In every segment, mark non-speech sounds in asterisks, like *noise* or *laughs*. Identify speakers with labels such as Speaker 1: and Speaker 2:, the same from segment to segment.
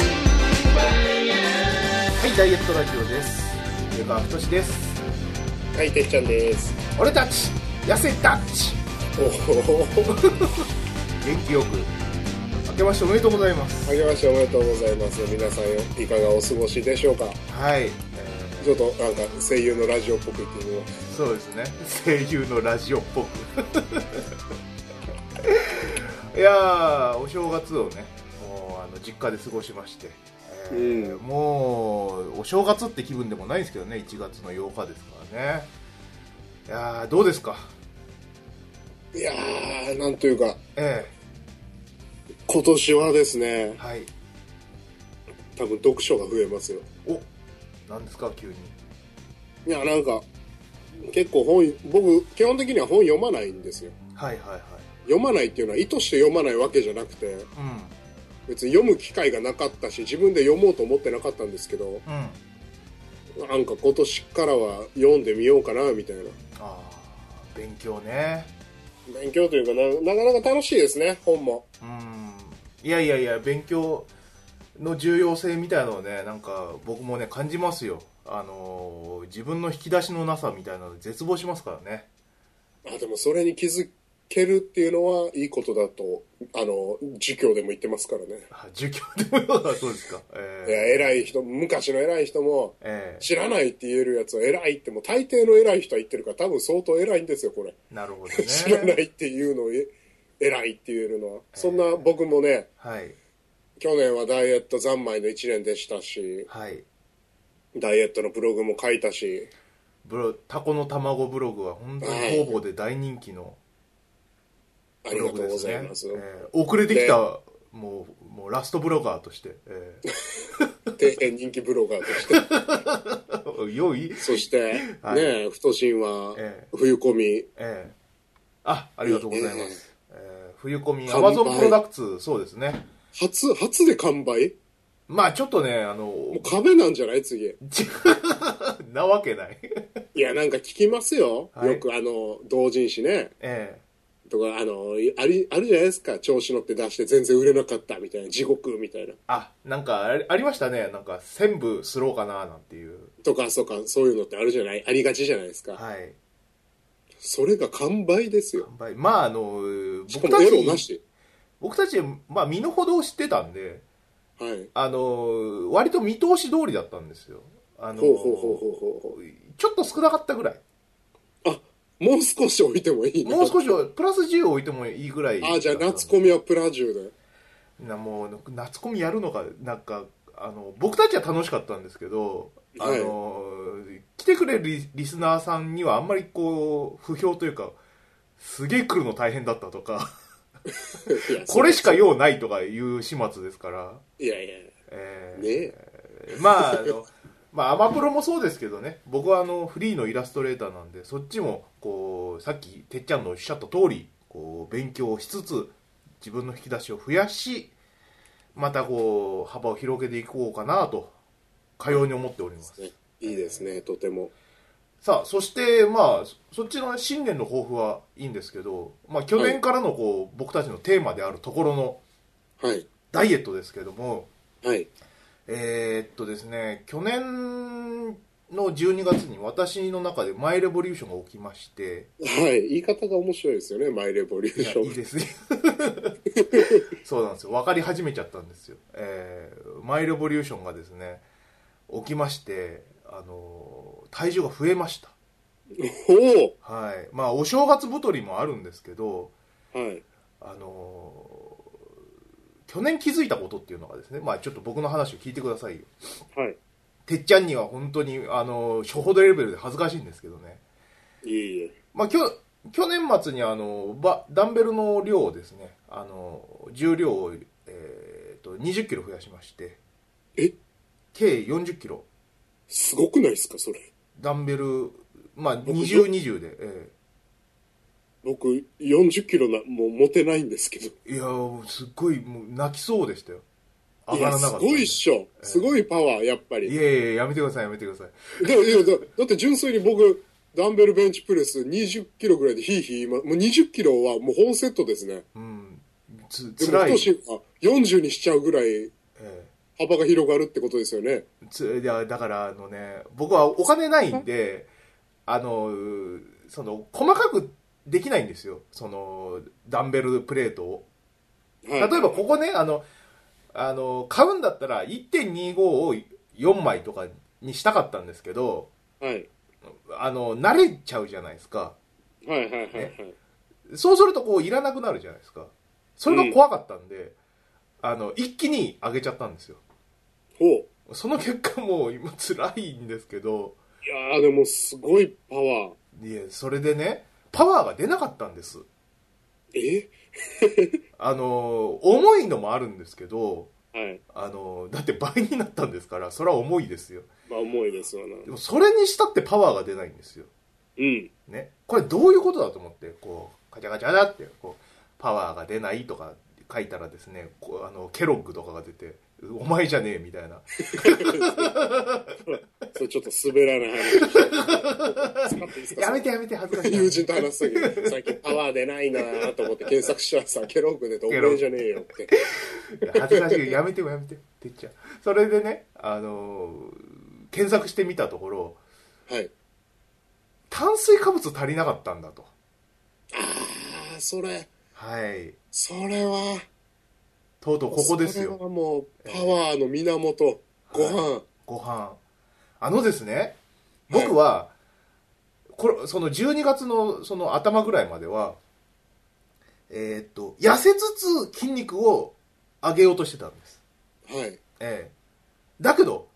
Speaker 1: はい、ダイエットラジオです。ゆかふとしです。
Speaker 2: はい、てっちゃんです。
Speaker 1: 俺たち、痩せたっち。
Speaker 2: おお、 *laughs*
Speaker 1: 元気よく。明けましておめでとうございます。
Speaker 2: あけましておめでとうございます。皆さんよ、いかがお過ごしでしょうか。
Speaker 1: はい、え
Speaker 2: ちょっと、なんか、声優のラジオっぽく言ってみよ
Speaker 1: ーそうですね。声優のラジオっぽ *laughs* く。いやー、お正月をね、もうあの実家で過ごしまして。えー
Speaker 2: うん
Speaker 1: もうお正月って気分でもないんですけどね1月の8日ですからねいやーどうですか
Speaker 2: う。いやー、なんというか、
Speaker 1: え
Speaker 2: 今年はですね
Speaker 1: え、はい
Speaker 2: 多分読書が増えますよ。
Speaker 1: おなんですか急に
Speaker 2: いや、なんか、結構本、僕、基本的には本読まないんですよ。
Speaker 1: はいはいはい
Speaker 2: 読まないっていうのは意図して読まないわけじゃなくて、
Speaker 1: う
Speaker 2: 別に読む機会がなかったし、自分で読もうと思ってなかったんですけど、
Speaker 1: んうんあ
Speaker 2: なんか今年からは読んでみようかな、みたいな。
Speaker 1: あー勉強ね
Speaker 2: 勉強というかななかなか楽しいですね本も
Speaker 1: うんいやいやいや勉強の重要性みたいのをねなんか僕もね感じますよあのー自分の引き出しのなさみたいなので絶望しますからね
Speaker 2: あでもそれに気づけるっていうのはいいことだとあの儒教でも言ってますからね
Speaker 1: あ儒教でもあそうですかえ
Speaker 2: い
Speaker 1: え
Speaker 2: や偉い人昔の偉い人も
Speaker 1: え
Speaker 2: 知らないって言えるやつを偉いってもう大抵の偉い人は言ってるから多分相当偉いんですよこ
Speaker 1: え
Speaker 2: れ、
Speaker 1: なるほど
Speaker 2: 知らな
Speaker 1: ね
Speaker 2: いっていうのをえ偉いって言えるのはそんな僕もね
Speaker 1: はい
Speaker 2: 去年はダイエット三昧の1年でしたし
Speaker 1: はい
Speaker 2: ダイエットのブログも書いたし
Speaker 1: ブロタコの卵ブログは本当に
Speaker 2: はい
Speaker 1: 方々で大人気の
Speaker 2: あ
Speaker 1: ブ
Speaker 2: り
Speaker 1: ロ
Speaker 2: が
Speaker 1: グ
Speaker 2: とう
Speaker 1: で
Speaker 2: ご
Speaker 1: す
Speaker 2: ざい
Speaker 1: ね
Speaker 2: ます、
Speaker 1: ええ遅れてきたもうもうラストブロガーとして、ええ
Speaker 2: 底辺人気ブロガーとし
Speaker 1: *laughs*
Speaker 2: て
Speaker 1: 良い
Speaker 2: そして、
Speaker 1: はい
Speaker 2: ねえ、ふとしんは
Speaker 1: ええ、
Speaker 2: 冬込み、
Speaker 1: ええあ、ありがとうございます。ええ冬込み、ア
Speaker 2: 乾
Speaker 1: マ
Speaker 2: 杯
Speaker 1: ゾンプロダクツ、そうですね。
Speaker 2: 初、初で完売
Speaker 1: まあちょっとね、あの、 *laughs*
Speaker 2: もう壁なんじゃない次。い
Speaker 1: なわけない。
Speaker 2: や、なんか聞きますよ。
Speaker 1: はい
Speaker 2: よく、あの、同人誌ね。
Speaker 1: え
Speaker 2: とか、あの、あり、あるじゃないですか。調子乗って出して全然売れなかったみたいな、地獄みたいな。
Speaker 1: えあ、なんかあり、ありましたね。なんか、全部スローかな、なんていう。
Speaker 2: とか、そうか、そういうのってあるじゃないありがちじゃないですか。
Speaker 1: はい。
Speaker 2: それが完売ですよ。
Speaker 1: まあ、あの、
Speaker 2: しか
Speaker 1: 僕
Speaker 2: もエロ
Speaker 1: た
Speaker 2: な
Speaker 1: ち、
Speaker 2: し。
Speaker 1: 僕たち、まあ、身の程を知ってたんで、
Speaker 2: はい。
Speaker 1: あの、割と見通し通りだったんですよ。あの、
Speaker 2: ほうほうほうほうほうほ
Speaker 1: ちょっと少なかったぐらい。
Speaker 2: う。あ、もう少し置いてもいいな
Speaker 1: もう少し、プラス10置いてもいいぐらいだったん
Speaker 2: あ、
Speaker 1: で。
Speaker 2: じゃあ、夏コミはプラジ
Speaker 1: *laughs*
Speaker 2: ューで。
Speaker 1: なもう夏コミやるのがなんかあの僕たちは楽しかったんですけど、
Speaker 2: はい
Speaker 1: あの来てくれるリリスナーさんにはあんまりこう不評というかすげえ来るの大変だったとか
Speaker 2: いや
Speaker 1: これしか用ないとかいう始末ですから、
Speaker 2: いやいや、
Speaker 1: えー
Speaker 2: ねえ。
Speaker 1: まああのまあアマプロもそうですけどね僕はあのフリーのイラストレーターなんでそっちもこうさっきてっちゃんのおっしゃった通りこう勉強をしつつ自分の引き出しを増やしまたこう幅を広げていこうかなとかように思っております
Speaker 2: いいですね、とても。
Speaker 1: さあそしてまあそそっちの新年の抱負はいいんですけど、まあ、去年からのこう僕たちのテーマであるところの
Speaker 2: はい。
Speaker 1: ダイエットですけども、
Speaker 2: はい。
Speaker 1: えーっとですね、去年の12月に私の中でマイレボリューションが起きまして、
Speaker 2: はい。言い方が面白いですよね、マイレボリュ
Speaker 1: い
Speaker 2: ー
Speaker 1: や、
Speaker 2: ショ
Speaker 1: いい
Speaker 2: ン。
Speaker 1: ですね。 *laughs* そうなんですよ。分かり始めちゃったんですよ。えーマイレボリューションがですね、起きまして、あのー体重が増えました。
Speaker 2: お
Speaker 1: はい。まあ、お正月太りもあるんですけど、
Speaker 2: おはい。
Speaker 1: あのー去年気づいたことっていうのがですね、まあ、ちょっと僕の話を聞いてくださいよ。
Speaker 2: はい。
Speaker 1: てっちゃんには本当に、あの、初歩でレベルで恥ずかしいんですけどね。
Speaker 2: いえいえ。
Speaker 1: まあ、きょ去年末にあの、ばダンベルの量をですね、あの、重量を、えーと、20キロ増やしまして、
Speaker 2: え
Speaker 1: 計40キロ。
Speaker 2: すごくないですか、それ。
Speaker 1: ダンベル、まあ、
Speaker 2: 僕
Speaker 1: 20、20で、え
Speaker 2: 僕、40キロな、もう持てないんですけど。
Speaker 1: えいやーすっごい、もう泣きそうでしたよ。上
Speaker 2: い
Speaker 1: がら
Speaker 2: や、
Speaker 1: なか
Speaker 2: す
Speaker 1: ったんで。
Speaker 2: ごいっしょ。すごいパワー、やっぱ
Speaker 1: い
Speaker 2: り。
Speaker 1: やいやいや、やめてください、やめてください。
Speaker 2: でも、いやだだって純粋に僕、ダンベルベンチプレス20キロぐらいでヒーヒー言いま、もう20キロはもう本セットですね。
Speaker 1: うんつ
Speaker 2: で
Speaker 1: つ
Speaker 2: も
Speaker 1: らい
Speaker 2: 太、しは40にしちゃうぐらい
Speaker 1: え
Speaker 2: 幅が広がるってことですよね。
Speaker 1: えついやだからあのね僕はお金ないんであのうその細かくできないんですよそのダンベルプレートを
Speaker 2: はい、
Speaker 1: 例えばここねあのあの買うんだったら1.25を4枚とかにしたかったんですけど
Speaker 2: はい。
Speaker 1: あの慣れちゃうじゃないですか
Speaker 2: はいはいはいはい。
Speaker 1: そうするとこういらなくなるじゃないですかそれが怖かったんで、あの一気に上げちゃったんですよ
Speaker 2: ほう。い
Speaker 1: その結果もう今辛いんですけど
Speaker 2: やーでもすごいパワー。
Speaker 1: いやそれでねパワーが出なかったんです
Speaker 2: え
Speaker 1: あの重いのもあるんですけど
Speaker 2: はい。
Speaker 1: あのだって倍になったんですからそれは重いですよ
Speaker 2: まあ重いですわな。
Speaker 1: でもそれにしたってパワーが出ないんですよ
Speaker 2: うん。
Speaker 1: ね、これどういうことだと思ってこうカチャカチャだってこうパワーが出ないとか書いたらですねこうあのケロッグとかが出て「お前じゃねえ」みたいな
Speaker 2: それちょっと滑らない話。使っていいです
Speaker 1: 「
Speaker 2: か
Speaker 1: やめてやめて恥ずかしい」
Speaker 2: 友人と話すときに、最近パワー出ないなーと思って検索したらさ、ケロッグ出て、お
Speaker 1: ケロッグ
Speaker 2: 前じゃねえよって。
Speaker 1: 恥ずかしいやめてよやめて」って言っちゃうそれでね、あのー検索してみたところ
Speaker 2: はい。
Speaker 1: 炭水化物足りなかったんだと
Speaker 2: ああ、それ、
Speaker 1: はい
Speaker 2: それは、
Speaker 1: とうとうここです
Speaker 2: それ
Speaker 1: よ
Speaker 2: はもう、パワーの源、ご飯。
Speaker 1: ご飯あのですね僕は、これその12月のその頭ぐらいまではえーっと痩せつつ筋肉を上げようとしてたんです、
Speaker 2: はい。
Speaker 1: ええだけど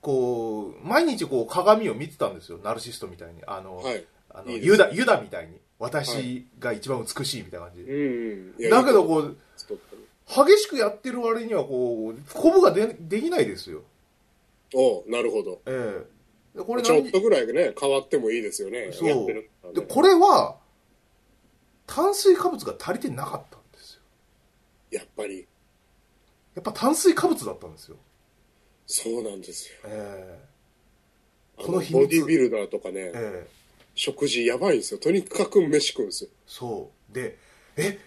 Speaker 1: こう毎日こう鏡を見てたんですよナルシストみたいにあの、
Speaker 2: はい。
Speaker 1: あの
Speaker 2: いいです
Speaker 1: ユダユダみたいに私が一番美しいみたいな感じで、
Speaker 2: うん。いや
Speaker 1: だけど、こう
Speaker 2: ちょっと
Speaker 1: 激しくやってる割にはこうコブがでできないですよ、
Speaker 2: おうなるほど。
Speaker 1: ええでこれ
Speaker 2: ちょ
Speaker 1: 何
Speaker 2: っとぐらいね、変わってもいいですよね。
Speaker 1: そう
Speaker 2: やってるからね
Speaker 1: でこれは炭水化物が足りてなかったんですよ
Speaker 2: やっぱり、
Speaker 1: やっぱ炭水化物だったんですよ、
Speaker 2: そうなんですよ。
Speaker 1: え
Speaker 2: あの
Speaker 1: この秘
Speaker 2: ボ
Speaker 1: 密
Speaker 2: ディビルダーとかね
Speaker 1: え、ええ
Speaker 2: 食事やばいんですよ。とにかく飯食うんですよ。
Speaker 1: そうでえ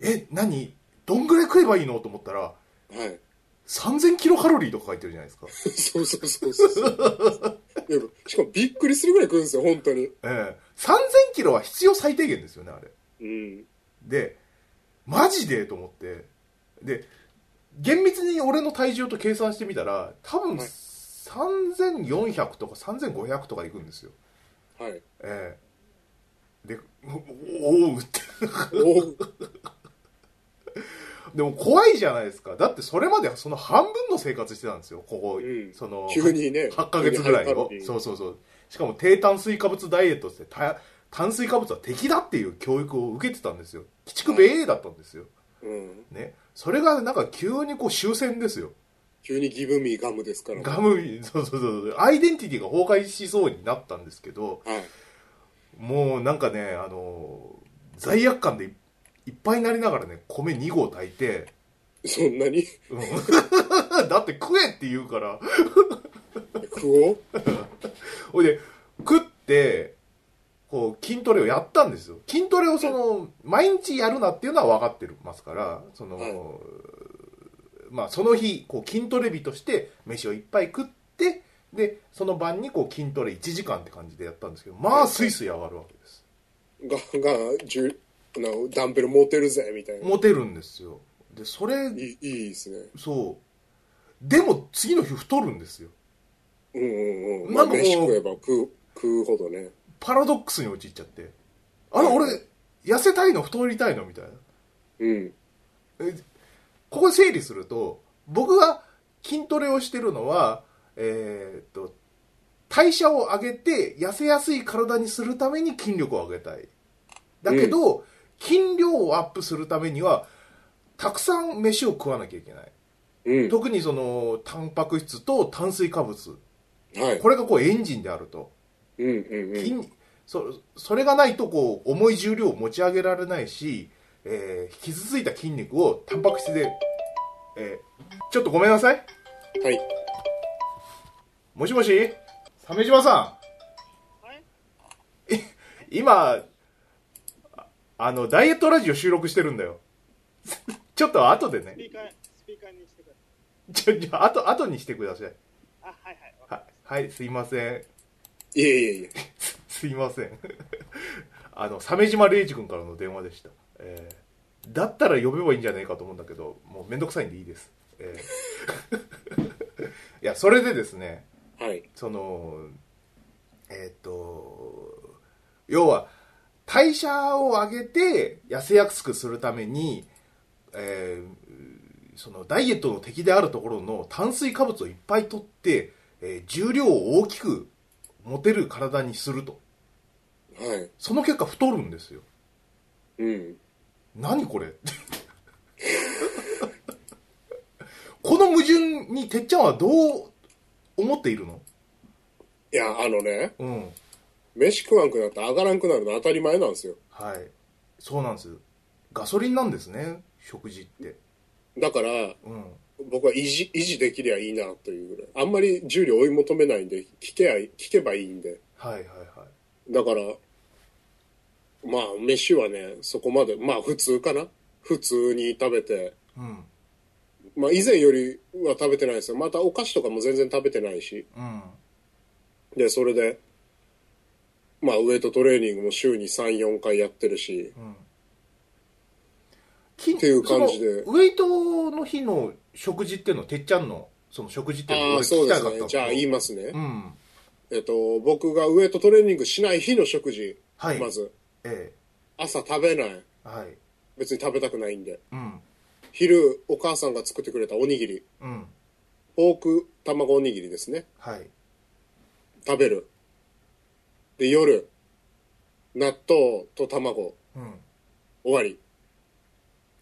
Speaker 1: え何どんぐらい食えばいいのと思ったら
Speaker 2: はい。 *laughs*
Speaker 1: 3000キロカロリーとか書いてるじゃないですか、
Speaker 2: そうそうそうそう。いやしかもびっくりするぐらい食うんですよ、本当に。
Speaker 1: ええ3000キロは必要最低限ですよねあれ
Speaker 2: うん。
Speaker 1: でマジでと思ってで厳密に俺の体重と計算してみたら多分
Speaker 2: はい
Speaker 1: 3400とか3500とかいくんですよ
Speaker 2: はい。
Speaker 1: ええで、おおうって。
Speaker 2: おう
Speaker 1: でも怖いじゃないですか。だってそれまでその半分の生活してたんですよ、ここ、
Speaker 2: うん
Speaker 1: その、
Speaker 2: 急
Speaker 1: *laughs*
Speaker 2: にね。
Speaker 1: 8ヶ月ぐらいを
Speaker 2: 急。にハイカロリー
Speaker 1: そうそうそう。しかも低炭水化物ダイエットって、た炭水化物は敵だっていう教育を受けてたんですよ。鬼畜米英だったんですよ。
Speaker 2: うん。
Speaker 1: ね。それがなんか急にこう終戦ですよ。
Speaker 2: 急にギブミーガムですから。
Speaker 1: ガム、そうそうそう。アイデンティティが崩壊しそうになったんですけど、
Speaker 2: はい。
Speaker 1: もうなんかね、あの罪悪感でいいっぱいになりながらね、米2合炊いて、
Speaker 2: そんなに *laughs*
Speaker 1: うん *laughs* だって食えって言うから。
Speaker 2: 食おう
Speaker 1: ほいで、食って、こう、筋トレをやったんですよ。筋トレをその、毎日やるなっていうのは分かってますから、その、
Speaker 2: はい
Speaker 1: まあ、その日、こう、筋トレ日として、飯をいっぱい食って、で、その晩にこう、筋トレ1時間って感じでやったんですけど、まあ、スイスイ上がるわけです。
Speaker 2: ガンガン、じゅなダンベル持てるぜ、みたいな。
Speaker 1: モテるんですよ。で、それ、
Speaker 2: いいいいですね。
Speaker 1: そう。でも、次の日太るんですよ。
Speaker 2: うんうんうん。ま
Speaker 1: なん
Speaker 2: あ、
Speaker 1: かこう
Speaker 2: 飯食えば食う、食うほどね。
Speaker 1: パラドックスに陥っちゃってあれ
Speaker 2: はい
Speaker 1: 俺痩せたいの太りたいのみたいな
Speaker 2: うん。
Speaker 1: えここで整理すると僕が筋トレをしてるのはえーっと代謝を上げて痩せやすい体にするために筋力を上げたいだけど、筋量をアップするためにはたくさん飯を食わなきゃいけない
Speaker 2: うん。
Speaker 1: 特にそのタンパク質と炭水化物
Speaker 2: はい。
Speaker 1: これがこうエンジンであると
Speaker 2: うんうんうん。
Speaker 1: 筋そそれがないとこう重い重量を持ち上げられないし、えー傷ついた筋肉をタンパク質で、えーちょっとごめんなさい
Speaker 2: はい。
Speaker 1: もしもし鮫島さん
Speaker 3: はい
Speaker 1: 今、ああの、ダイエットラジオ収録してるんだよ。 *laughs* ちょっと後で
Speaker 3: ス
Speaker 1: ね。
Speaker 3: ピーカー、スピーカーにしてくだ
Speaker 1: ちょ、ちょ、後、後にしてください。
Speaker 3: さい。あ、はいはい。わか
Speaker 1: は、はい、すいません。
Speaker 2: いえいえいえ。
Speaker 1: *laughs* すいません。あの、鮫島礼二君からの電話でした。えーだったら呼べばいいんじゃないかと思うんだけど、もうめんどくさいんでいいです。えー *laughs* いや、それでですね、
Speaker 2: はい。
Speaker 1: その、えーっ、と、要は、代謝を上げて痩せやすくするために、えーそのダイエットの敵であるところの炭水化物をいっぱい取って、えー重量を大きく持てる体にすると。
Speaker 2: はい。
Speaker 1: その結果太るんですよ。
Speaker 2: うん。
Speaker 1: 何これ *laughs* この矛盾にてっちゃんはどう思っているの
Speaker 2: いや、あのね、
Speaker 1: うん。
Speaker 2: 飯食わんくなって上がらんくなるの当たり前なんですよ。
Speaker 1: はい。そうなんです。ガソリンなんですね、食事って。
Speaker 2: だから、
Speaker 1: うん。
Speaker 2: 僕は維持、維持できりゃいいなというぐらい。あんまり重量追い求めないんで、聞けや、聞けばいいんで。
Speaker 1: はいはいはい。
Speaker 2: だから、まあ、飯はね、そこまで、まあ、普通かな。普通に食べて、
Speaker 1: うん。
Speaker 2: まあ、以前よりは食べてないですよ。またお菓子とかも全然食べてないし。
Speaker 1: うん。
Speaker 2: で、それで、まあ、ウエイトトレーニングも週に3、4回やってるし、
Speaker 1: うん。き
Speaker 2: っていう感じで
Speaker 1: そのウエイトの日の食事っていうの、てっちゃんの、その食事っていうの
Speaker 2: あ
Speaker 1: 俺
Speaker 2: あ、
Speaker 1: 聞
Speaker 2: そう
Speaker 1: き
Speaker 2: で
Speaker 1: た
Speaker 2: す
Speaker 1: かった
Speaker 2: ね。じゃあ言いますね。
Speaker 1: うん。
Speaker 2: えっと、僕がウエイトトレーニングしない日の食事、
Speaker 1: はい。
Speaker 2: ま。ず、
Speaker 1: え
Speaker 2: 朝食べない。
Speaker 1: え。はい。
Speaker 2: 別に食べたくないんで。
Speaker 1: うん。
Speaker 2: 昼、お母さんが作ってくれたおにぎり、
Speaker 1: うん。
Speaker 2: ポーク卵おにぎりですね。
Speaker 1: はい。
Speaker 2: 食べる。で、夜、納豆と卵、
Speaker 1: うん。
Speaker 2: 終わり。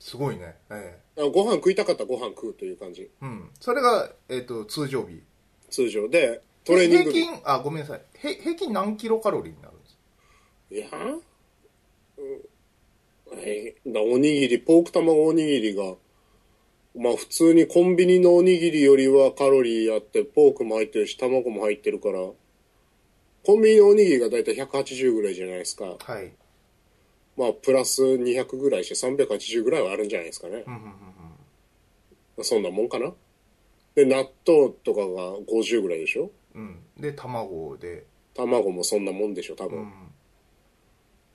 Speaker 1: すごいね。え
Speaker 2: あご飯食いたかったらご飯食うという感じ。
Speaker 1: え。うん。それが、えっ、と、通常日。
Speaker 2: 通常で、トレーニング
Speaker 1: 平
Speaker 2: 日。
Speaker 1: 均、あ、ごめんなさい。へ平均何キロカロリーになるんですか
Speaker 2: いや、うんえーなおにぎり、ポーク卵おにぎりが、まあ普通にコンビニのおにぎりよりはカロリーあって、ポークも入ってるし、卵も入ってるから、コンビニのおにぎりがだいたい180ぐらいじゃないですか。
Speaker 1: はい。
Speaker 2: まあプラス200ぐらいして380ぐらいはあるんじゃないですかね。
Speaker 1: うんうんうんうん。
Speaker 2: そんなもんかな。で、納豆とかが50ぐらいでしょ
Speaker 1: うん、で卵で、
Speaker 2: 卵もそんなもんでしょ、多
Speaker 1: う
Speaker 2: 分。
Speaker 1: ん、
Speaker 2: ま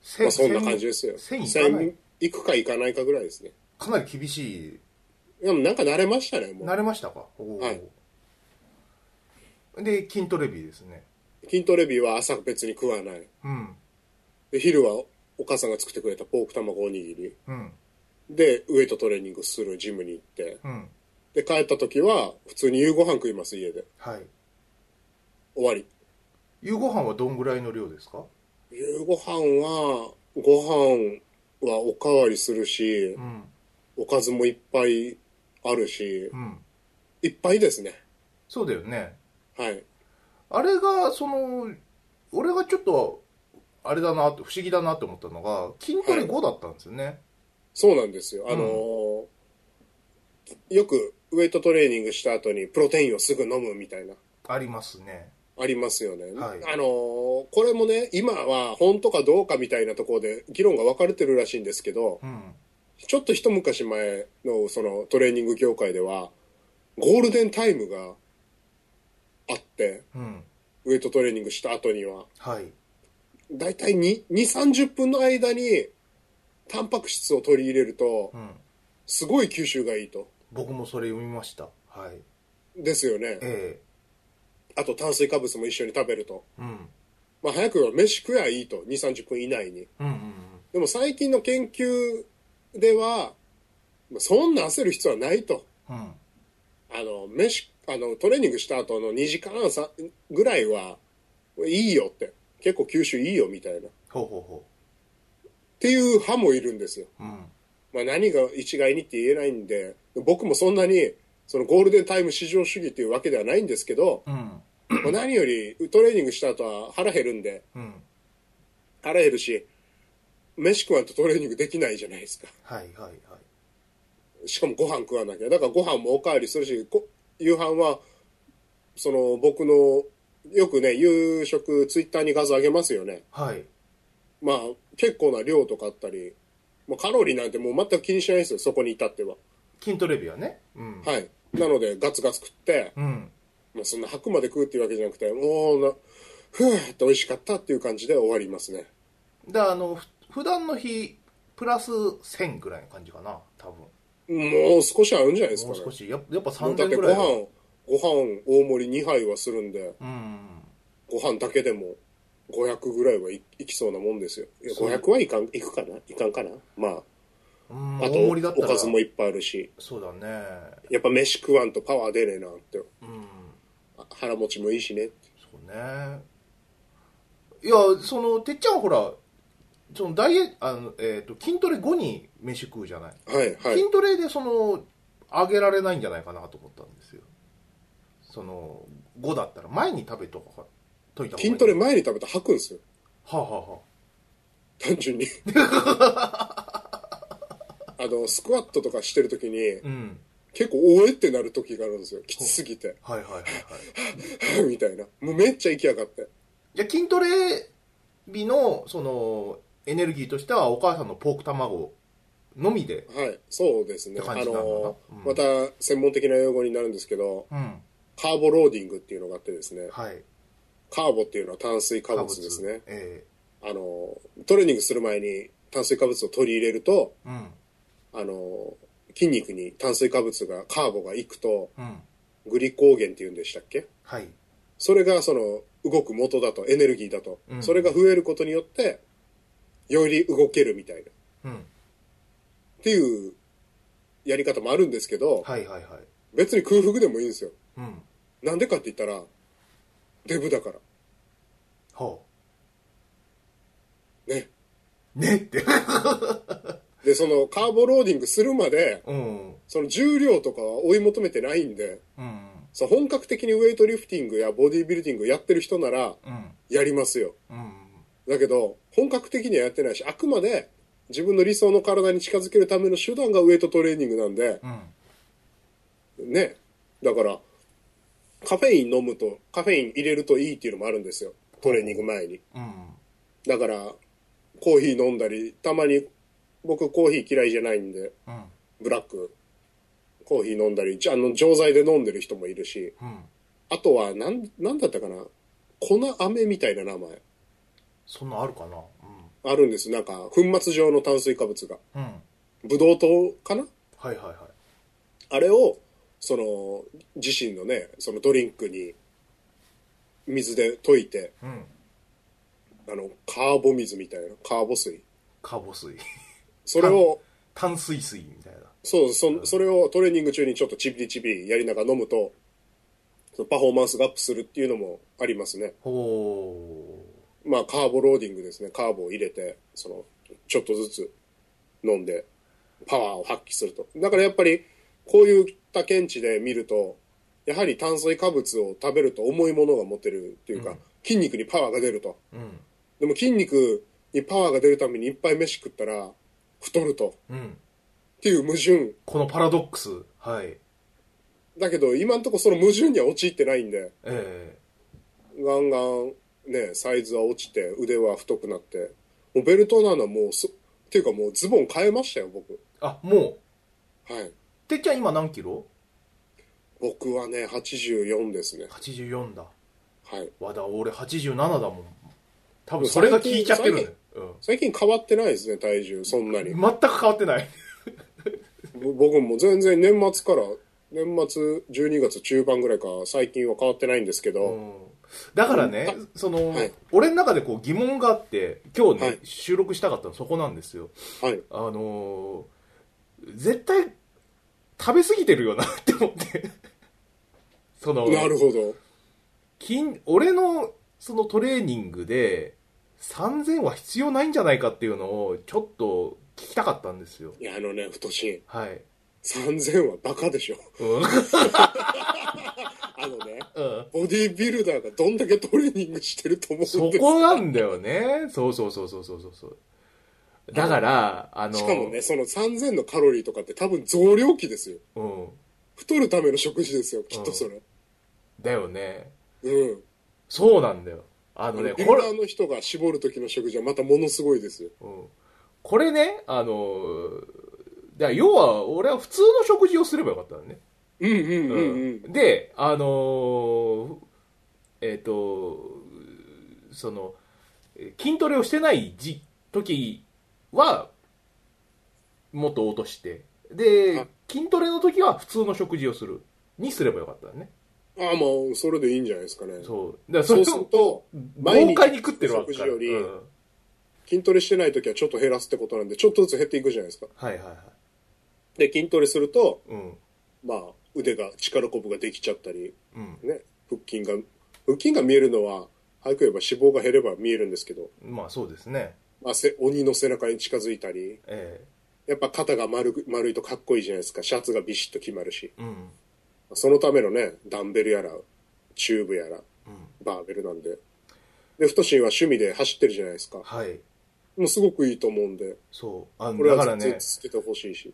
Speaker 1: せ
Speaker 2: あそんな感じですよ。
Speaker 1: 1000いかない
Speaker 2: 1000いくかいかないかぐらいですね。
Speaker 1: かなり厳し
Speaker 2: でもなんか慣れましたね、
Speaker 1: い
Speaker 2: も
Speaker 1: 慣
Speaker 2: う。
Speaker 1: れましたかおー
Speaker 2: はい
Speaker 1: で筋トレ日ですね
Speaker 2: 筋トレ日は朝別に食わない。
Speaker 1: うん
Speaker 2: で、昼はお母さんが作ってくれたポーク卵おにぎり。
Speaker 1: うん
Speaker 2: で、ウエイトトレーニングするジムに行って。
Speaker 1: うん
Speaker 2: で、帰った時は普通に夕ご飯食います、家で。
Speaker 1: はい
Speaker 2: 終わり。
Speaker 1: 夕ご飯はどんぐらいの量ですか
Speaker 2: 夕ご飯は、ご飯はおかわりするし
Speaker 1: う、ん
Speaker 2: おかずもいっぱいあるし
Speaker 1: う、ん
Speaker 2: いっぱいですね。
Speaker 1: そうだよね
Speaker 2: はい。
Speaker 1: あれがその俺がちょっとあれだなって不思議だなって思ったのが筋トレ
Speaker 2: はい
Speaker 1: 5だったんですよね、
Speaker 2: そうなんですよ。あのーよくウエイトトレーニングした後にプロテインをすぐ飲むみたいな。
Speaker 1: ありますね
Speaker 2: ありますよね、
Speaker 1: はい
Speaker 2: あのーこれもね今は本当かどうかみたいなところで議論が分かれてるらしいんですけど
Speaker 1: うん
Speaker 2: ちょっと一昔前のそのトレーニング業界ではゴールデンタイムがあって
Speaker 1: うん
Speaker 2: ウエイトトレーニングした後には
Speaker 1: はい
Speaker 2: だいたい2 3 0分の間にタンパク質を取り入れると
Speaker 1: うん
Speaker 2: すごい吸収がいいと
Speaker 1: 僕もそれ読みましたはい
Speaker 2: ですよね
Speaker 1: え
Speaker 2: あと炭水化物も一緒に食べると、
Speaker 1: えうん
Speaker 2: まあ、早くは飯食やいいと2 3 0分以内に
Speaker 1: うんうんうん
Speaker 2: でも最近の研究では、まあそんな焦る必要はないと。
Speaker 1: うん
Speaker 2: あの、飯、あの、トレーニングした後の2時間さぐらいは、いいよって。結構吸収いいよみたいな。っ
Speaker 1: ほうほうほ
Speaker 2: ていう派もいるんですよ。
Speaker 1: ううん
Speaker 2: まあ何が一概にって言えないんで、僕もそんなに、そのゴールデンタイム至上主義っていうわけではないんです
Speaker 1: *clears throat*
Speaker 2: けど、
Speaker 1: うん
Speaker 2: まあ何よりトレーニングした後は腹減るんで、
Speaker 1: うん
Speaker 2: 腹減るし、飯食わんとトレーニングできないじゃないですか。
Speaker 1: はいはいはい
Speaker 2: しかもご飯食わなきゃだからご飯もおかわりするしこ夕飯はその僕のよくね夕食ツイッターに画像上げますよね
Speaker 1: はい
Speaker 2: まあ、結構な量とかあったり、もうカロリーなんてもう全く気にしないですよ、そこに至っては。
Speaker 1: 筋トレ日はね。うん。
Speaker 2: はい。なので、ガツガツ食って、
Speaker 1: うん。
Speaker 2: まあ、そんな白まで食うっていうわけじゃなくて、もうな、ふぅーって美味しかったっていう感じで終わりますね。
Speaker 1: だからあの、ふ普段の日、プラス1000ぐらいの感じかな、多分。
Speaker 2: もう少し合うんじゃないですか
Speaker 1: もう
Speaker 2: ね。
Speaker 1: 少し、ややっぱ
Speaker 2: もうだっ
Speaker 1: 3000
Speaker 2: て
Speaker 1: ぐ
Speaker 2: ご
Speaker 1: らいは。
Speaker 2: 飯、ご飯大盛り2杯はするんで、
Speaker 1: うん。
Speaker 2: ご飯だけでも500ぐらいはい、いきそうなもんですよ。いや
Speaker 1: そう
Speaker 2: 500はいかん、いくかないかんかなまあ、
Speaker 1: うん、
Speaker 2: あ
Speaker 1: 大
Speaker 2: と
Speaker 1: 盛りだった
Speaker 2: お
Speaker 1: ら。
Speaker 2: かずもいっぱいあるし、
Speaker 1: そうだね。
Speaker 2: やっぱ飯食わんとパワー出ねえなって、
Speaker 1: うん。
Speaker 2: あ腹持ちもいいしねって。
Speaker 1: そうね。いや、その、てっちゃんはほら、そのダイエあの、えっ、と、筋トレ後に飯食うじゃない。
Speaker 2: はいはい。
Speaker 1: 筋トレでその上げられないんじゃないかなと思ったんですよその5だったら前に食べとかといた方がいい
Speaker 2: 筋トレ前に食べたら吐くんですよ。
Speaker 1: はあ、はあは
Speaker 2: 単
Speaker 1: *laughs*
Speaker 2: 純に。あの、スクワットとかしてるときに
Speaker 1: あ、、うん
Speaker 2: 結構おえってなるときがあるんですよ。きつすぎて。 *laughs*
Speaker 1: はいはいはいはい
Speaker 2: みたいな。もうめっちゃ息上がって。
Speaker 1: じゃあ筋トレ日のそのエネルギーとしてはお母さんのポーク卵のみで
Speaker 2: はい。そうですね。
Speaker 1: って
Speaker 2: あ
Speaker 1: 感じなんだな
Speaker 2: の、
Speaker 1: うん
Speaker 2: また専門的な用語になるんですけど、
Speaker 1: うん
Speaker 2: カーボローディングっていうのがあってですね、
Speaker 1: はい
Speaker 2: カーボっていうのは炭水化物ですね。
Speaker 1: え
Speaker 2: あの、トレーニングする前に炭水化物を取り入れると、
Speaker 1: えうん
Speaker 2: あの、筋肉に炭水化物が、カーボがいくと、
Speaker 1: うん
Speaker 2: グリコーゲンっていうんでしたっけ
Speaker 1: はい
Speaker 2: それがその動く元だと、エネルギーだと、
Speaker 1: うん
Speaker 2: それが増えることによって、より動けるみたいな、っ
Speaker 1: うん
Speaker 2: ていうやり方もあるんですけど、
Speaker 1: はいはいはい
Speaker 2: 別に空腹でもいいんですよ。
Speaker 1: うん
Speaker 2: なんでかって言ったら、デブだから。
Speaker 1: ほ
Speaker 2: ね。
Speaker 1: うねって
Speaker 2: で、そのカーボローディングするまで、
Speaker 1: うん
Speaker 2: その重量とかは追い求めてないんで、
Speaker 1: うん
Speaker 2: そう本格的にウェイトリフティングやボディビルディングやってる人なら、
Speaker 1: うん
Speaker 2: やりますよ。
Speaker 1: うん
Speaker 2: だけど、本格的にはやってないし、あくまで自分の理想の体に近づけるための手段がウェイトトレーニングなんで、
Speaker 1: うん
Speaker 2: ね。だから、カフェイン飲むと、カフェイン入れるといいっていうのもあるんですよ。トレーニング前に。
Speaker 1: うん
Speaker 2: だから、コーヒー飲んだり、たまに、僕コーヒー嫌いじゃないんで、
Speaker 1: うん
Speaker 2: ブラック、コーヒー飲んだり、じゃあの、錠剤で飲んでる人もいるし、
Speaker 1: うん
Speaker 2: あとは、なん、なんだったかな粉飴みたいな名前。
Speaker 1: そんなんあるかな
Speaker 2: あるんです。なんか、粉末状の炭水化物が。
Speaker 1: うん、うん、
Speaker 2: ブドウ糖かな
Speaker 1: はいはいはい
Speaker 2: あれを、その、自身のね、そのドリンクに、水で溶いて、
Speaker 1: うん
Speaker 2: あの、カーボ水みたいな、カーボ水。
Speaker 1: カーボ水 *laughs*
Speaker 2: それを、
Speaker 1: 炭水水みたいな
Speaker 2: そう、そ、それをトレーニング中にちょっとチビチビやりながら飲むと、そのパフォーマンスがアップするっていうのもありますね。
Speaker 1: ほ
Speaker 2: まあ、カーボローディングですね。カーボを入れて、その、ちょっとずつ飲んで、パワーを発揮すると。だからやっぱり、こういった見地で見ると、やはり炭水化物を食べると重いものが持てるっていうか、
Speaker 1: うん
Speaker 2: 筋肉にパワーが出ると。
Speaker 1: ううん
Speaker 2: でも筋肉にパワーが出るためにいっぱい飯食ったら、太ると。
Speaker 1: うん
Speaker 2: っていう矛盾。
Speaker 1: このパラドックスはい
Speaker 2: だけど、今んとこその矛盾には陥ってないんで、
Speaker 1: え
Speaker 2: ガンガン、ね、サイズは落ちて、腕は太くなって、もうベルトなのはもうそ、っていうかもうズボン変えましたよ、僕。
Speaker 1: ー、あもう
Speaker 2: はい。
Speaker 1: てっちゃん今何キロ
Speaker 2: 僕はね、84ですね。
Speaker 1: ?84 だ
Speaker 2: はい。
Speaker 1: わだ俺87だもん多分それが効いちゃってるね、う
Speaker 2: 最近変わってないですね、体重、そんなに
Speaker 1: ん、。全く変わってない
Speaker 2: ぼ僕も全然年末から、年末12月中盤ぐらいから最近は変わってないんですけど、
Speaker 1: うんだからね、その、
Speaker 2: はい
Speaker 1: 俺の中でこう疑問があって、今日ね、
Speaker 2: はい
Speaker 1: 収録したかったのそこなんですよ。
Speaker 2: はい。
Speaker 1: あのー絶対食べ過ぎてるよなって思って *laughs* その
Speaker 2: なるほど。
Speaker 1: 筋俺のそのトレーニングで3000は必要ないんじゃないかっていうのをちょっと聞きたかったんですよ
Speaker 2: いや、あのね、太し、
Speaker 1: はい、
Speaker 2: 3000はバカでしょ。
Speaker 1: *laughs* うん
Speaker 2: あのね、
Speaker 1: うん、
Speaker 2: ボディービルダーがどんだけトレーニングしてると思うん
Speaker 1: そ
Speaker 2: です
Speaker 1: こなんだよねそうそうそうそうそうそうそうだからあの
Speaker 2: しかもね、その3000のカロリーとかって多分増量期ですよ。
Speaker 1: うん、
Speaker 2: 太るための食事ですよ、きっとそれ。
Speaker 1: だよね
Speaker 2: うん。
Speaker 1: そうなんだよあのね
Speaker 2: ビル
Speaker 1: こ
Speaker 2: ダ
Speaker 1: れ、
Speaker 2: ーの人が絞る時の食事はまたものすごいですよ。
Speaker 1: うんこれねあのだから要は俺は普通の食事をすればよかったのね
Speaker 2: うんうんうんうん。
Speaker 1: であのーえっ、とそのえー筋トレをしてない時時はもっと落としてで
Speaker 2: あ
Speaker 1: 筋トレの時は普通の食事をするにすればよかったのね
Speaker 2: ああ、もうそれでいいんじゃないですかね。
Speaker 1: そうだから
Speaker 2: そ
Speaker 1: れを
Speaker 2: うすると、毎
Speaker 1: 豪
Speaker 2: 日
Speaker 1: 快に食ってるわけだから
Speaker 2: 食事より
Speaker 1: うん
Speaker 2: 筋トレしてない時はちょっと減らすってことなんで、ちょっとずつ減っていくじゃないですか。
Speaker 1: はいはいはい
Speaker 2: で、筋トレすると、
Speaker 1: うん
Speaker 2: まあ、腕が、力こぶができちゃったり、
Speaker 1: うん
Speaker 2: ね、腹筋が、腹筋が見えるのは、早く言えば脂肪が減れば見えるんですけど、
Speaker 1: まあそうですね
Speaker 2: まあ、せ鬼の背中に近づいたり、
Speaker 1: え
Speaker 2: やっぱ肩が丸く丸いとかっこいいじゃないですか。シャツがビシッと決まるし。
Speaker 1: えうん
Speaker 2: そのためのね、ダンベルやら、チューブやら、バーベルなんで。で、ふとしんは趣味で走ってるじゃないですか。
Speaker 1: はい
Speaker 2: もうすごくいいと思うんで、
Speaker 1: そうあ
Speaker 2: こ
Speaker 1: の
Speaker 2: れ
Speaker 1: だ
Speaker 2: は
Speaker 1: から
Speaker 2: 絶
Speaker 1: ね
Speaker 2: 対続けてほしいし。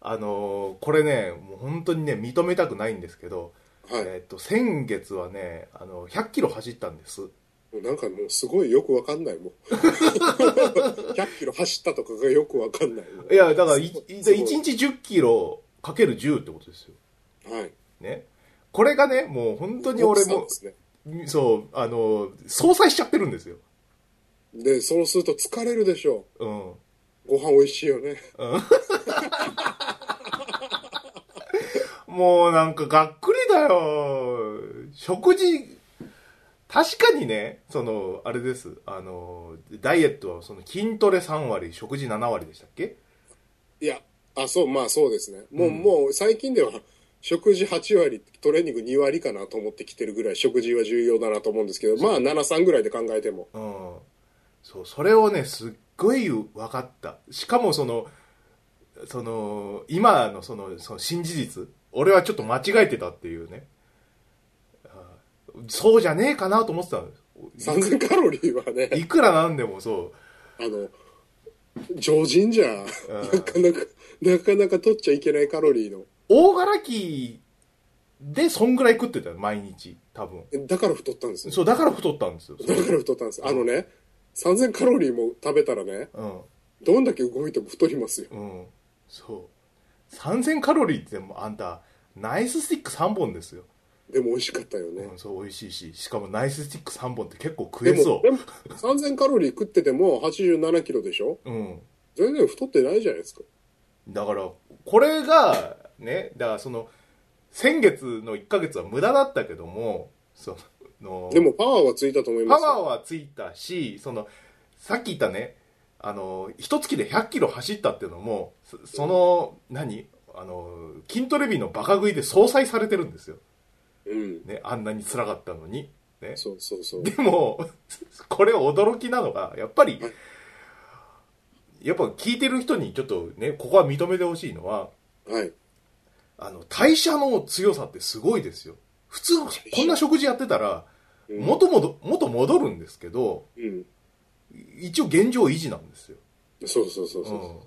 Speaker 1: あのーこれねもう本当にね認めたくないんですけど、
Speaker 2: はい。
Speaker 1: えっと先月はねあの100キロ走ったんです
Speaker 2: もうなんかもうすごいよくわかんないもん。100キロ走ったとかがよくわかんないもん。
Speaker 1: いやだからいい
Speaker 2: すごい
Speaker 1: 1日1 0キロかける10ってことですよ
Speaker 2: はい。
Speaker 1: ねこれがねもう本当に俺
Speaker 2: そう
Speaker 1: も
Speaker 2: ですね。
Speaker 1: そうあのー相殺しちゃってるんですよ
Speaker 2: で、そうすると疲れるでしょ
Speaker 1: うん
Speaker 2: う。ご飯美味しいよね。
Speaker 1: もうなんかがっくりだよ。食事、確かにね、その、あれです。あの、ダイエットはその筋トレ3割、食事7割でしたっけ
Speaker 2: いや、あ、そう、まあそうですね。もう、
Speaker 1: うん
Speaker 2: もう最近では食事8割、トレーニング2割かなと思ってきてるぐらい食事は重要だなと思うんですけど、まあ7、3ぐらいで考えても。
Speaker 1: うん。そう、それをね、すっごい分かった。しかもその、その、今のその、その新事実。俺はちょっと間違えてたっていうね。あそうじゃねえかなと思ってたの
Speaker 2: 3000カロリーはね、
Speaker 1: いくらなんでもそう。
Speaker 2: あの、常人じゃ、
Speaker 1: うん
Speaker 2: なかなか、なかなか取っちゃいけないカロリーの。
Speaker 1: 大柄きでそんぐらい食ってたよ毎日多分
Speaker 2: だから太ったんですよ。
Speaker 1: そうだから太ったんですよ
Speaker 2: だから太ったんです。あのね、3000カロリーも食べたらね、
Speaker 1: うん
Speaker 2: どんだけ動いても太りますよ。
Speaker 1: うんそう3000カロリーってもうあんたナイススティック3本ですよ、
Speaker 2: でも美味しかったよね。
Speaker 1: うん、そう美味しいししかもナイススティック3本って結構食
Speaker 2: で
Speaker 1: え
Speaker 2: も
Speaker 1: そ、
Speaker 2: でも3000カロリー食ってても87キロでしょ
Speaker 1: ううん
Speaker 2: 全然太ってないじゃないですか。
Speaker 1: だからこれがねだからその先月の1ヶ月は無駄だったけどもその
Speaker 2: でもパワーはついたと思い
Speaker 1: パ
Speaker 2: ますよ。
Speaker 1: ワーはついたし、その、さっき言ったね、あの、一月で100キロ走ったっていうのも、そその、何あの、筋トレ日のバカ食いで相殺されてるんですよ。
Speaker 2: うん。
Speaker 1: ね、あんなに辛かったのに。ね。
Speaker 2: そうそうそう。
Speaker 1: でも、これ驚きなのが、やっぱり
Speaker 2: はい、
Speaker 1: やっぱ聞いてる人にちょっとね、ここは認めてほしいのは、
Speaker 2: はい。
Speaker 1: あの、代謝の強さってすごいですよ。普通、こんな食事やってたら、
Speaker 2: うん
Speaker 1: 元も、元戻るんですけど、
Speaker 2: うん。
Speaker 1: 一応現状維持なんですよ。
Speaker 2: そうそうそう
Speaker 1: うん
Speaker 2: そ、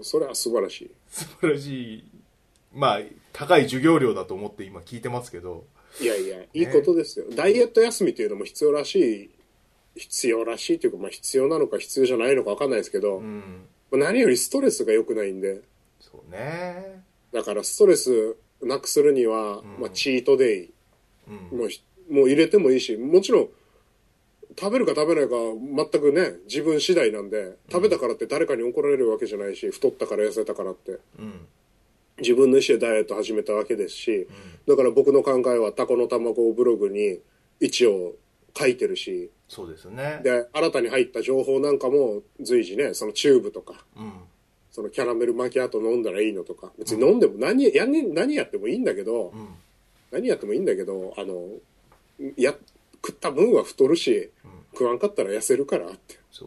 Speaker 2: う。それは素晴らしい。
Speaker 1: 素晴らしい、 *laughs* まあ、高い授業料だと思って今聞いてますけど、
Speaker 2: いやいや、いいことですよ。ダイエット休みっていうのも必要らしい、必要らしいというか、まあ必要なのか必要じゃないのかわかんないですけど、
Speaker 1: う
Speaker 2: ま
Speaker 1: ん、
Speaker 2: あ何よりストレスが良くないんで、
Speaker 1: そうね、
Speaker 2: だからストレスなくするには、
Speaker 1: ん
Speaker 2: まあチートデイ
Speaker 1: うん、
Speaker 2: もうひ、もう入れてもいいし、もちろん、食べるか食べないか全くね、自分次第なんで、食べたからって誰かに怒られるわけじゃないし、太ったから痩せたからって。
Speaker 1: うん、
Speaker 2: 自分の意思でダイエット始めたわけですし、だから僕の考えはタコの卵をブログに一応書いてるし、
Speaker 1: そうですね、
Speaker 2: で、新たに入った情報なんかも随時ね、そのチューブとか、
Speaker 1: うん、
Speaker 2: そのキャラメルマキアート飲んだらいいのとか、別に飲んでも何や、やんね何やってもいいんだけど、
Speaker 1: うん、
Speaker 2: 何やってもいいんだけど、あの、や、食った分は太るし、食わんかったら痩せるからって。
Speaker 1: そ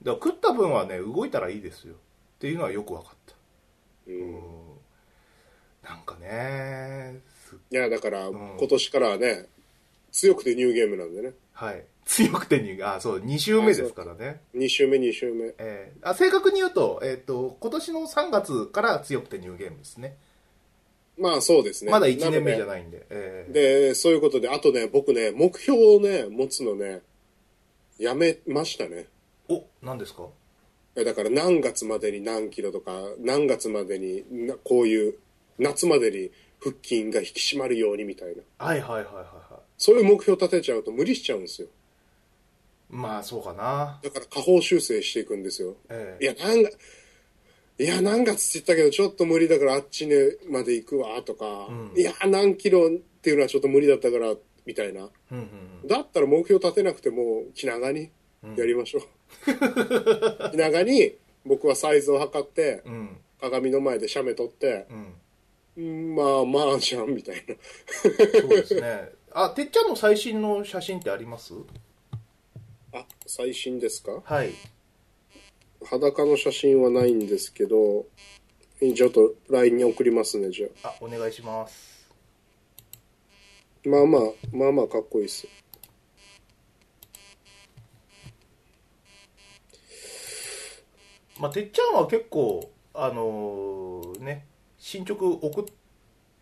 Speaker 1: う、だから食った分はね、動いたらいいですよっていうのはよく分かった、
Speaker 2: うん
Speaker 1: うん、なんかね、す
Speaker 2: いや、だから、
Speaker 1: ん
Speaker 2: 今年からはね、強くてニューゲームなんでね。
Speaker 1: はい、強くてに、あ、そう、2週目ですからね。
Speaker 2: 2週目、2週目。
Speaker 1: えーあ正確に言うと,、えー、と今年の3月から強くてニューゲームですね
Speaker 2: まあそうですね。
Speaker 1: まだ1年目じゃ
Speaker 2: な
Speaker 1: ないんで。え
Speaker 2: の
Speaker 1: え
Speaker 2: でで、そういうことで、あとね、僕ね、目標をね、持つのね、やめましたね。
Speaker 1: お、何ですか
Speaker 2: えだから何月までに何キロとか、何月までになこういう、夏までに腹筋が引き締まるようにみたいな。
Speaker 1: はいはいはいはいは
Speaker 2: そういう目標立てちゃうと無理しちゃうんですよ。
Speaker 1: い。まあそうかな。
Speaker 2: だから下方修正していくんですよ。
Speaker 1: え
Speaker 2: いや、何月、いや、何月って言ったけど、ちょっと無理だからあっちねまで行くわ、とか、
Speaker 1: うん
Speaker 2: いや、何キロっていうのはちょっと無理だったから、みたいな。
Speaker 1: うんうん
Speaker 2: だったら目標立てなくても、気長に
Speaker 1: うん。
Speaker 2: やりましょう。
Speaker 1: *laughs*
Speaker 2: 気長に、僕はサイズを測って、
Speaker 1: うん
Speaker 2: 鏡の前で写メ撮って、
Speaker 1: うん。
Speaker 2: うんまあまあじゃん、みたいな。
Speaker 1: そうですね。あ、てっちゃんの最新の写真ってあります
Speaker 2: あ、最新ですか
Speaker 1: はい。
Speaker 2: 裸の写真はないんですけど、ちょっと LINE に送りますね、じゃあ。
Speaker 1: あ、お願いします。
Speaker 2: まあまあ、まあまあかっこいいっす。
Speaker 1: まあ、てっちゃんは結構、あのーね、進捗送っ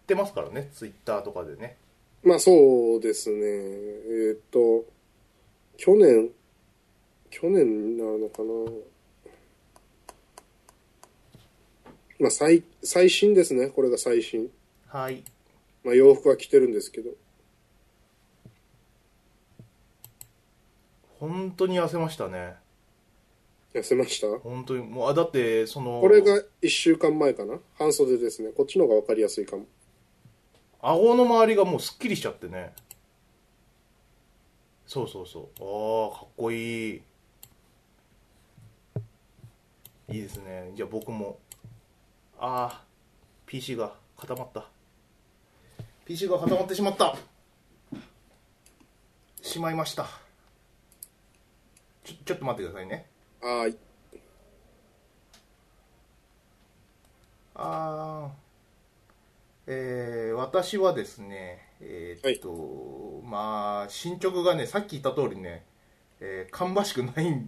Speaker 1: てますからね、ツイッターとかでね。
Speaker 2: まあそうですね。えーっと、去年、去年になるのかな。まあ最、最新ですね。これが最新。
Speaker 1: はい。
Speaker 2: まあ洋服は着てるんですけど。
Speaker 1: 本当に痩せましたね。
Speaker 2: 痩せました
Speaker 1: 本当に、もう、あ、だって、その、
Speaker 2: これが1週間前かな。半袖ですね。こっちの方がわかりやすいかも。
Speaker 1: 顎の周りがもうすっきりしちゃってね。そうそうそう。ああ、かっこいい。いいですね。じゃあ僕も。ああ、PC が固まった。PC が固まってしまった。しまいました。ちょ、ちょっと待ってくださいね。
Speaker 2: ああ、
Speaker 1: あーえー私はですね、えーっと、まあ、進捗がね、さっき言った通りね、えー芳しくない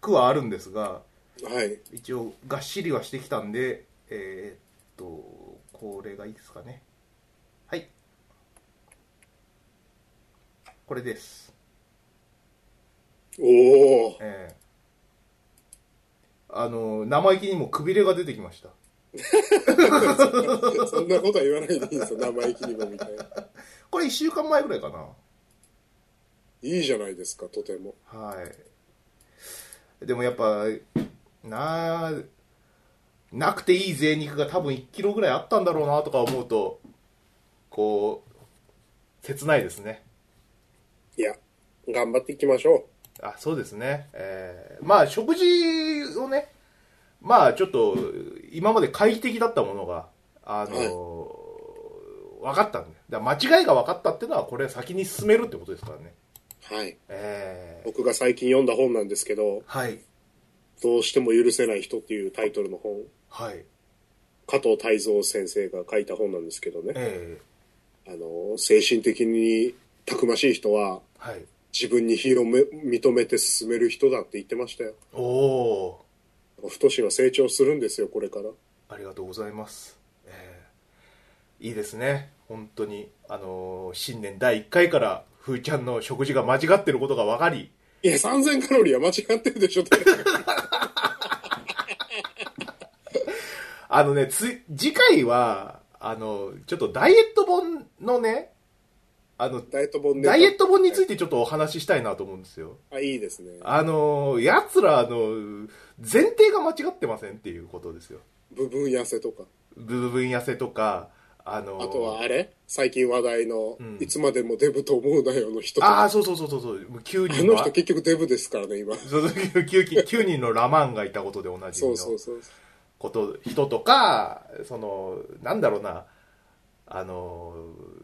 Speaker 1: くはあるんですが、
Speaker 2: はい。
Speaker 1: 一応、がっしりはしてきたんで、えーっと、これがいいですかね。はい。これです。
Speaker 2: おお。
Speaker 1: えーあの、生意気にもくびれが出てきました。
Speaker 2: *laughs* そんなことは言わないでいいですよ。生意気にもみたいな。
Speaker 1: これ1週間前ぐらいかな。
Speaker 2: いいじゃないですか、とても。
Speaker 1: はい。でもやっぱ、なあ、なくていい贅肉が多分1キロぐらいあったんだろうなとか思うと、こう、切ないですね。
Speaker 2: いや、頑張っていきましょ
Speaker 1: あ、そうですね。えーまあ食事をね、まあちょっと、今まで懐疑的だったものが、あの分かったんで。だから間違いが分かったっていうのは、これ先に進めるってことですからね。
Speaker 2: う。はい。
Speaker 1: えー
Speaker 2: 僕が最近読んだ本なんですけど、
Speaker 1: はい。
Speaker 2: どうしても許せない人っていうタイトルの本、
Speaker 1: はい。
Speaker 2: 加藤泰造先生が書いた本なんですけどね、
Speaker 1: え
Speaker 2: あの、精神的にたくましい人は
Speaker 1: ーはい。
Speaker 2: 自分に広め、認めて進める人だって言ってましたよ。
Speaker 1: おおー。
Speaker 2: 太志は成長するんですよ、これから。
Speaker 1: ありがとうございます。えーいいですね。本当に、あのー新年第1回から、ふーちゃんの食事が間違ってることが分かり、
Speaker 2: いや、3000カロリーは間違ってるでしょ、 *laughs*
Speaker 1: あのね、つ、次回は、あの、ちょっとダイエット本のね、あの、
Speaker 2: ダイエット本ネタ
Speaker 1: ダイエット本についてちょっとお話ししたいなと思うんですよ。
Speaker 2: あ、いいですね。
Speaker 1: あのー、奴らの、前提が間違ってませんっていうことですよ。
Speaker 2: 部分痩せとか。
Speaker 1: 部分痩せとか、あのー
Speaker 2: あとはあれ最近話題の、
Speaker 1: ん
Speaker 2: いつまでもデブと思うなよの人とか
Speaker 1: ああ、そうそうそうそうそう、もう9
Speaker 2: あ
Speaker 1: 人
Speaker 2: の
Speaker 1: の
Speaker 2: 人結局デブですからね、今。
Speaker 1: そうそう9人 ,9 人のラマンがいたことでおなじ
Speaker 2: そ
Speaker 1: み
Speaker 2: うそう
Speaker 1: の
Speaker 2: そう。
Speaker 1: こと人とかそのなんだろうなあの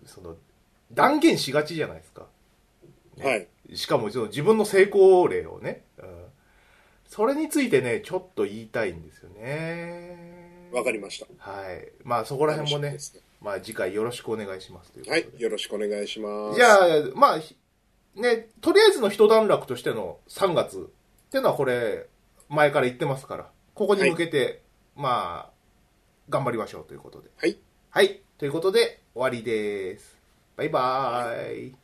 Speaker 1: その断言しがちじゃないですかね
Speaker 2: はい。
Speaker 1: しかもその自分の成功例をね、うん、それについてねちょっと言いたいんですよね
Speaker 2: わかりました。こ
Speaker 1: はいまあそこら辺もねまあ次回よろしくお願いしますということ
Speaker 2: は
Speaker 1: で
Speaker 2: い。よろしくお願いします。
Speaker 1: じゃあ、まあ、ひね、とりあえずの一段落としての3月ってのはこれ、前から言ってますから、ここに向けて、まあ、頑張りましょうということで。
Speaker 2: はい。
Speaker 1: はい。ということで、終わりです。バイバーイ。